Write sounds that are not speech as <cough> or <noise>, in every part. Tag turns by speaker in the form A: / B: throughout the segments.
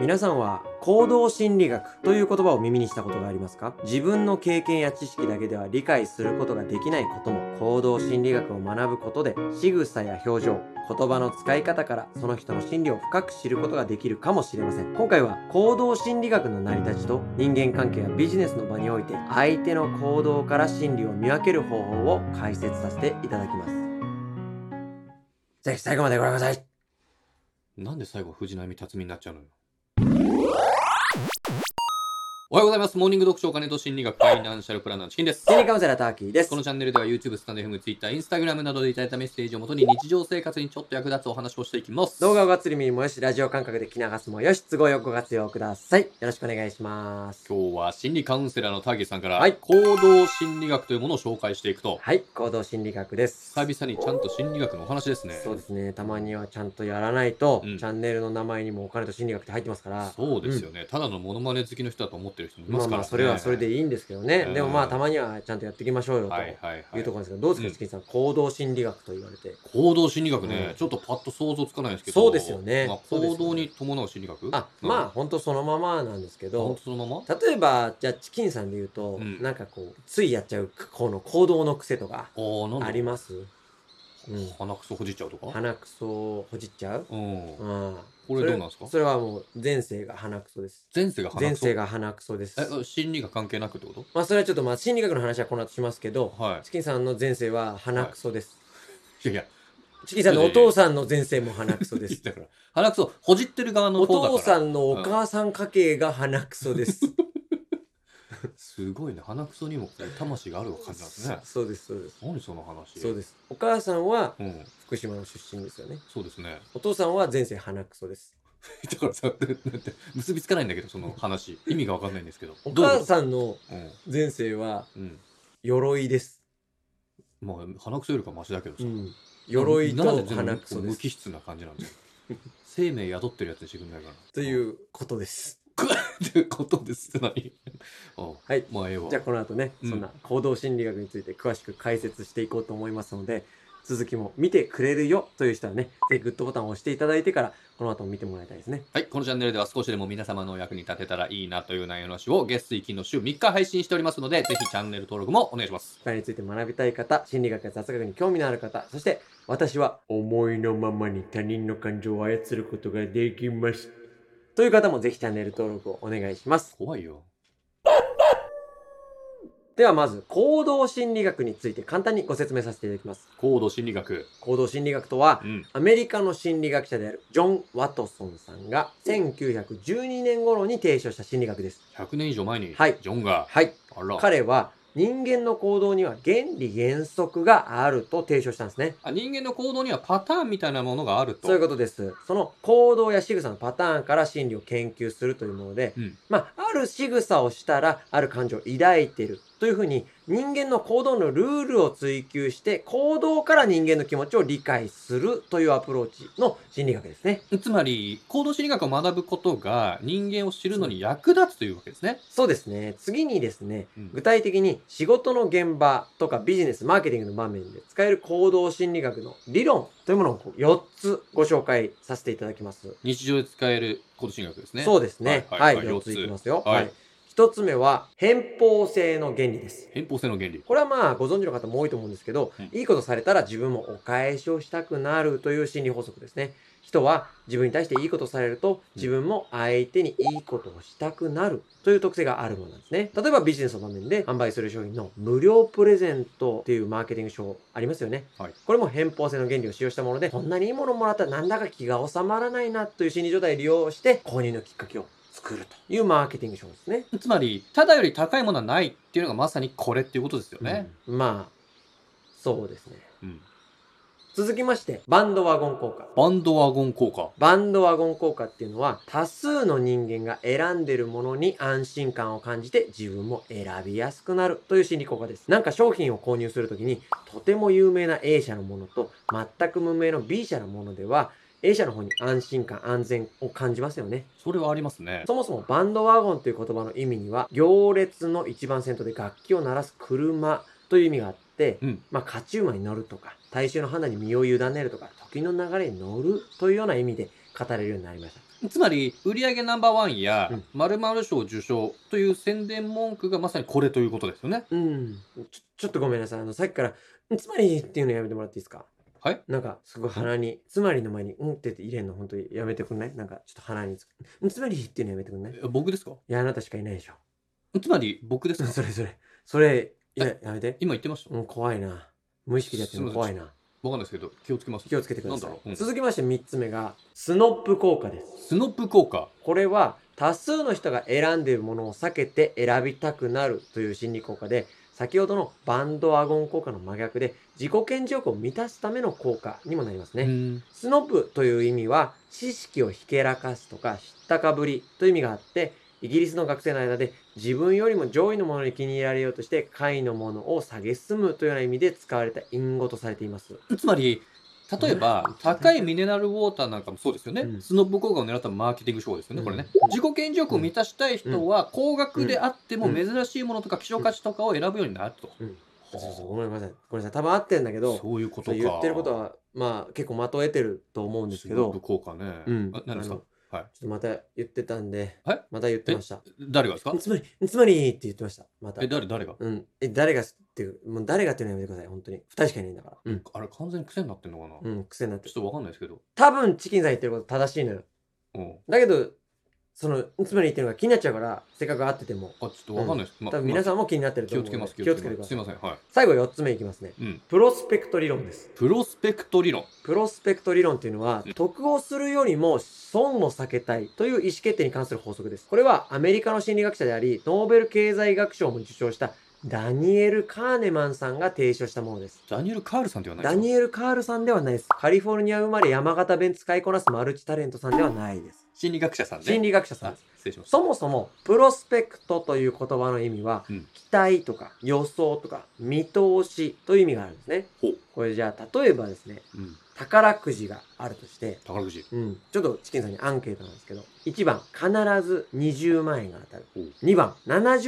A: 皆さんは行動心理学という言葉を耳にしたことがありますか自分の経験や知識だけでは理解することができないことも行動心理学を学ぶことで仕草や表情言葉の使い方からその人の心理を深く知ることができるかもしれません今回は行動心理学の成り立ちと人間関係やビジネスの場において相手の行動から心理を見分ける方法を解説させていただきますぜひ最後までご覧ください
B: なんで最後藤波辰巳になっちゃうのよ。おはようございます。モーニング読書お金と心理学ファイナンシャルプランナーのチキンです。
A: 心理カウンセラーターキーです
B: このチャンネルでは YouTube、スタンド FM、Twitter、Instagram などでいただいたメッセージをもとに日常生活にちょっと役立つお話をしていきます。
A: 動画をがっつり見るもよし、ラジオ感覚で聞き流すもよし、都合よくご活用ください。よろしくお願いします。
B: 今日は心理カウンセラーのターゲーさんから、
A: はい
B: 行動心理学というものを紹介していくと、
A: はい、行動心理学です。
B: 久々にちゃんと心理学のお話ですね。
A: そうですね、たまにはちゃんとやらないと、
B: うん
A: チャンネルの名前にもお金と心理学って入ってますから。
B: そうですよね、ただのモノマネ好きの人だと思ってる人もいま
A: ますあ
B: から、ね
A: まあ、それはそれでいいんですけどね。
B: うん
A: でもまあ、たまにはちゃんとやっていきましょうよ、
B: は
A: と
B: いはいは
A: いう
B: い
A: とこ。ろですけど、どうですか、
B: うん
A: チキンさん。行動心理学と言われて。
B: 行動心理学ね、
A: うん
B: ちょっとパッと想像つかないんですけど
A: そうですよね
B: まあ、
A: そうです
B: 行
A: よね
B: 動に伴う心理学
A: あ、まあ、ほんとそのままなんですけ
B: あほん
A: ど
B: と、そのまま
A: 例えば、じゃあ、チキンさんで言うと、
B: うん
A: なんかこう、ついやっちゃう、この行動の癖とか、
B: あーなんだ
A: ありますうん。
B: 鼻くそほじっちゃうとか
A: 鼻くそをほじっちゃう、
B: うん
A: うん、
B: これどうなんですか
A: それはもう前世が鼻くそです
B: 前世が鼻
A: 前
B: くそ
A: 世が鼻くそです
B: え心理が関係なくってこと
A: まあそれはちょっとまあ心理学の話はこの後しますけど、
B: は
A: チキンさんの前世は鼻くそです、
B: いいやいや
A: チキンさんのお父さんの前世も鼻くそです
B: だから鼻くそほじってる側の
A: お
B: 方だか
A: 父
B: ら
A: さんのお母さん家系が鼻くそです、
B: <laughs> すごいね鼻くそにも魂がある感じなんですね
A: そうですそうです
B: 何その話
A: そう
B: で
A: ですお母さんは
B: すうん
A: 福島の出身ですよね
B: そうですね
A: お父さんは前世鼻くそです
B: だからさだって結びつかないんだけどその話意味がわかんないんですけど
A: お
B: どういう
A: 母
B: こ
A: さんの
B: とうん
A: 前世は
B: うん
A: 鎧です、
B: まあ鼻くそよりかはマシだけどさ、
A: うん、鎧と鼻くそ
B: なんで全部
A: で
B: 無
A: す
B: 機質な感じな
A: <laughs>
B: んだよ生命宿ってるやつにしてくんないかな
A: ということ <laughs> です。
B: ってことですって <laughs> 何あ
A: はい
B: まあええわ
A: じゃあこの後ね、
B: うん
A: そんな行動心理学について詳しく解説していこうと思いますので、続きも見てくれるよという人はね、ぜひグッドボタンを押していただいてから、この後も見てもらいたいですね。
B: はいこのチャンネルでは少しでも皆様のお役に立てたらいいなという内容の話を月水金の週3日配信しておりますのでぜひチャンネル登録もお願いします
A: 他について学びたい方、心理学や雑学に興味のある方、そして私は思いのままに他人の感情を操ることができます。という方もぜひチャンネル登録をお願いします。
B: 怖いよ
A: ではまず、行動心理学について簡単にご説明させていただきます。
B: 高度心理学
A: 行動心理学とは、
B: うん
A: アメリカの心理学者であるジョン・ワトソンさんが1912年頃に提唱した心理学です。
B: 100年以上前に、
A: はい
B: ジョンが
A: はい。
B: あら
A: 彼は人間の行動には原理原則があると提唱したんですね。
B: あ人間の行動にはパターンみたいなものがあると
A: そういうことです。その行動や仕草のパターンから心理を研究するというもので、
B: うん
A: まあ、ある仕草をしたら、ある感情を抱いているというふうに、人間の行動のルールを追求して、行動から人間の気持ちを理解するというアプローチの心理学ですね。
B: つまり行動心理学を学ぶことが人間を知るのに役立つというわけですね、
A: そうですね。次にですね、
B: うん
A: 具体的に仕事の現場とかビジネス、マーケティングの場面で使える行動心理学の理論というものをこう4つご紹介させていただきます。
B: 日常で使える行動心理学ですね
A: そうですね。
B: はい
A: はい、
B: はい
A: 4
B: 四
A: つ
B: つ
A: いきますよ。は
B: はい
A: い。1つ目は、偏方性の原理です。
B: 偏方性の原理
A: これはまあご存知の方も多いと思うんですけど、
B: うん
A: いいことされたら自分もお返しをしたくなるという心理法則ですね。人は自分に対していいことされると自分も相手にいいことをしたくなるという特性があるものなんですね。例えばビジネスの場面で販売する商品の無料プレゼントっていうマーケティング手法ありますよね。
B: はい
A: これも偏方性の原理を使用したもので、こんなにいいものもらったらなんだか気が収まらないなという心理状態を利用して購入のきっかけを作るというマーケティング手法ですね。
B: つまり、ただより高いものはないっていうのがまさにこれっていうことですよね。
A: うんまあ、そうですね。
B: うん
A: 続きまして、バンドワゴン効果。
B: バンドワゴン効果。
A: バンドワゴン効果っていうのは、多数の人間が選んでるものに安心感を感じて自分も選びやすくなるという心理効果です。なんか商品を購入するときに、とても有名な A 社のものと、全く無名の B 社のものでは、A 社の方に安心感、安全を感じますよね。
B: それはありますね。
A: そもそもバンドワゴンという言葉の意味には、行列の一番先頭で楽器を鳴らす車という意味があって、
B: うん
A: まあ、勝ち馬に乗るとか、大衆の判断に身を委ねるとか、時の流れに乗るというような意味で語れるようになりました。
B: つまり、売上ナンバーワンや
A: うん、
B: 〇〇賞受賞という宣伝文句がまさにこれということですよね。
A: うん。ちょ、ちょっとごめんなさい。あの、さっきから、んつまりっていうのやめてもらっていいですか
B: はい
A: なんか、すごい鼻に、つまりの前に、うんって言って入れんの、本当にやめてくんないなんか、ちょっと鼻につく。んつまりっていうのやめてくんないい
B: え僕ですか
A: や、あなたしかいないでしょ。
B: つまり、僕ですか
A: それそれ。それ、いや、やめて。
B: 今言ってましたわ
A: うん、怖いな。無意識でやってるの怖いな。
B: かんないですけど、気をつけます。
A: 気をつけてくださ
B: なんだろう
A: い。
B: うん
A: 続きまして3つ目が、スノップ効果です。
B: スノップ効果。
A: これは多数の人が選んでいるものを避けて選びたくなるという心理効果で先ほどのバンドワゴン効果の真逆で自己顕示欲を満たすための効果にもなりますね、
B: うん
A: スノップという意味は知識をひけらかすとか知ったかぶりという意味があってイギリスの学生の間で自分よりも上位のものに気に入られようとして下位のものを下げすむというような意味で使われた隠語とされています
B: つまり、例えば、高いミネラルウォーターなんかもそうですよね。
A: うん
B: スノップ効果を狙ったマーケティング手法ですよね、これね
A: うん。
B: 自己顕示欲を満たしたい人は、高額であっても
A: うん
B: 珍しいものとか希少価値とかを選ぶようになると。
A: うんそうそうそう
B: は
A: ごめんなさいごめんなさい多分合ってるんだけ
B: あ
A: ど
B: そういうこと
A: そう
B: か。
A: 言ってることはまあ結構まとえてると思うんですけど
B: スノップ効果ね。
A: うん
B: あ何ですか
A: あの
B: はい
A: ちょっとまた言ってたんで
B: はい、
A: また言ってました。
B: 誰がですか
A: つまり、つまりって言ってました。また
B: え、。誰、誰が
A: うん。え、誰がっていう、もう誰がっていうのやめてください、本当に。二人しかいないんだから。うん。
B: あれ、完全に癖になってんのかな、
A: うん、癖になって
B: ちょ
A: る
B: っ。とわかんないですけど。
A: 多分、チキンさん言ってること正しいのよ。
B: うん。
A: だけど、その、つまり言ってるのが気になっちゃうから、せっかく会ってても。
B: あ、ちょっとわかんないです。ま
A: 多分皆さんも気になってると
B: 気を
A: 思うの
B: つけ
A: で。
B: ます、
A: 気をつけてくだ
B: す。す
A: さ
B: い
A: い。
B: ません、はい。
A: 最後、四つ目いきますね。
B: うん。
A: プロスペクト理論です。
B: プロスペクト理論。
A: プロスペクト理論っていうのは
B: うん、
A: 得をするよりも損を避けたいという意思決定に関する法則です。これはアメリカの心理学者であり、ノーベル経済学賞も受賞したダニエル・カーネマンさんが提唱したものです。
B: ダニエル・カールさんではない
A: ダニエル・カールさんではないです。カリフォルニア生まれ山形弁使いこなすマルチタレントさんではないです。
B: 心理学者さんね。
A: 心理学者さん
B: あ
A: です。、
B: 失礼しました。
A: そもそも、プロスペクトという言葉の意味は、
B: うん
A: 期待とか予想とか見通しという意味があるんですね。
B: ほう
A: これじゃあ、例えばですね、
B: うん。
A: 宝くじがあるとして、
B: 宝くじ。
A: うん、ちょっとチキンさんにアンケートなんですけど、1番、必ず20万円が当たる
B: おう。
A: 2番、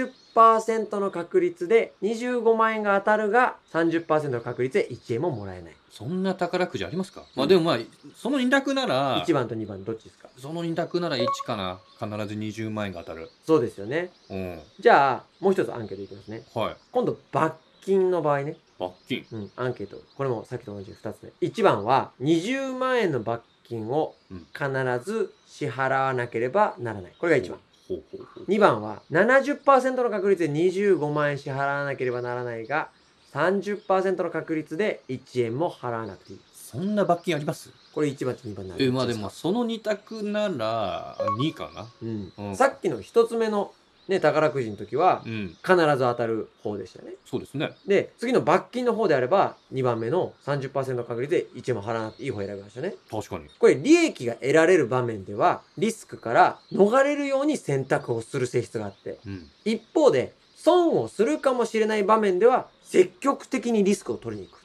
A: 70%の確率で25万円が当たるが、30%の確率で1円ももらえない。
B: そんな宝くじありますか、まあでもまあ、その二択なら、
A: 1番と2番、どっちですか
B: その二択なら1かな。必ず20万円が当たる。
A: そうですよね。
B: うん。
A: じゃあ、もう一つアンケートいきますね。
B: はい。
A: 今度、罰金の場合ね。
B: 罰金。
A: うん、アンケート。これもさっきと同じ2つ目。1番は、20万円の罰金を
B: うん
A: 必ず支払わなければならない。これが1番。
B: ほうほうほう。
A: 2番は70%の確率で25万円支払わなければならないが30%の確率で1円も払わなくていい
B: そんな罰金あります
A: これ1番と2番になる
B: え、まあでも、その二択なら、2かな。
A: うん
B: うん
A: さっきの1つ目の、ね、宝くじの時は
B: うん。
A: 必ず当たる方でしたね
B: そうですね。
A: で次の罰金の方であれば2番目の30%の確率で1円も払わなくていい方を選びましたね
B: 確かに。
A: これ利益が得られる場面ではリスクから逃れるように選択をする性質があって
B: うん。
A: 一方で、損をするかもしれない場面では、積極的にリスクを取りに行く。っ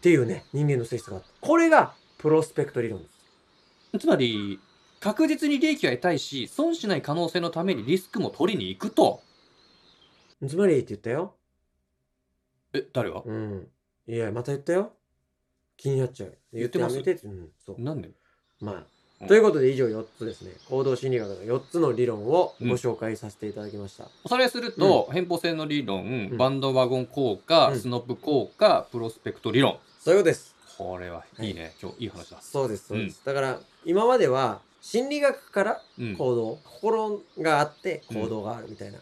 A: ていうね、人間の性質があって。これが、プロスペクト理論です。
B: つまり、確実に利益は得たいし、損しない可能性のためにリスクも取りに行くと。
A: つまりって言ったよ。
B: え、誰が、
A: うん。いや、また言ったよ。気になっちゃう。
B: 言ってます
A: やめてって。うん、そう。
B: なんで
A: ま
B: う
A: あ。
B: ん
A: ということで、以上4つですね。行動心理学の4つの理論をご紹介させていただきました。
B: おさらいすると、偏方性の理論、
A: うん
B: バンドワゴン効果、
A: うん
B: スノップ効果、プロスペクト理論。
A: そういうことです。
B: これは
A: はい
B: いいね、今日いい話だ。
A: そうです、そうです。だから、今までは、心理学から
B: うん、
A: 行動、心があって行動があるみたいな。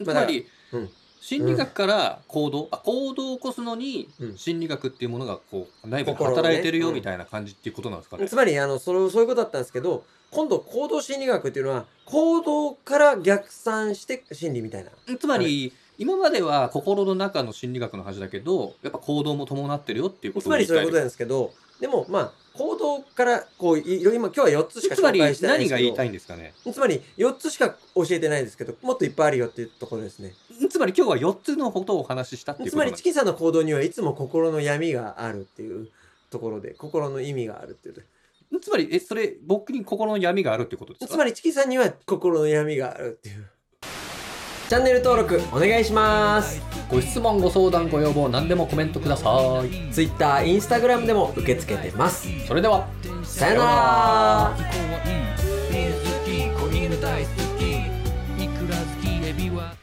B: つまり、
A: うん
B: 心理学から行動、あ行動を起こすのに、
A: うん
B: 心理学っていうものがこう内部で
A: 心をね
B: 働いてるよ
A: うん
B: みたいな感じっていうことなんですかね
A: つ。まりあのそのそういうことだったんですけど今度行動心理学っていうのは行動から逆算して心理みたいな
B: つまり、今までは心の中の心理学の話だけど、やっぱ行動も伴ってるよっていうこ
A: つ
B: とを
A: ま
B: 言
A: り
B: い
A: そう
B: た
A: いうこ
B: い
A: と
B: で
A: なんですけどでもまあ行動からこういろ今今日は4つし
B: す
A: か
B: つ
A: 紹
B: まり
A: 介してないんで
B: 何
A: す
B: が
A: け
B: 言い
A: ど
B: たいんですかね。
A: つまり4つしか教えてないですけどもっといっぱいあるよっていうところですね
B: つまり今日は4つのことをお話ししたっていう
A: つ
B: こと
A: ま
B: な
A: り
B: んで
A: チ
B: す。
A: キンさんの行動にはいつも心の闇があるっていうところで心の意味があるっていうと
B: つまり、え、それ、僕に心の闇があるってことですか
A: つまりチキンさんには心の闇があるっていうチャンネル登録お願いします
B: ご質問、ご相談、ご要望、何でもコメントください。
A: Twitter、Instagram でも受け付けてます。
B: それでは。
A: さよなら
C: 以降はいい大好きいくら好きエビは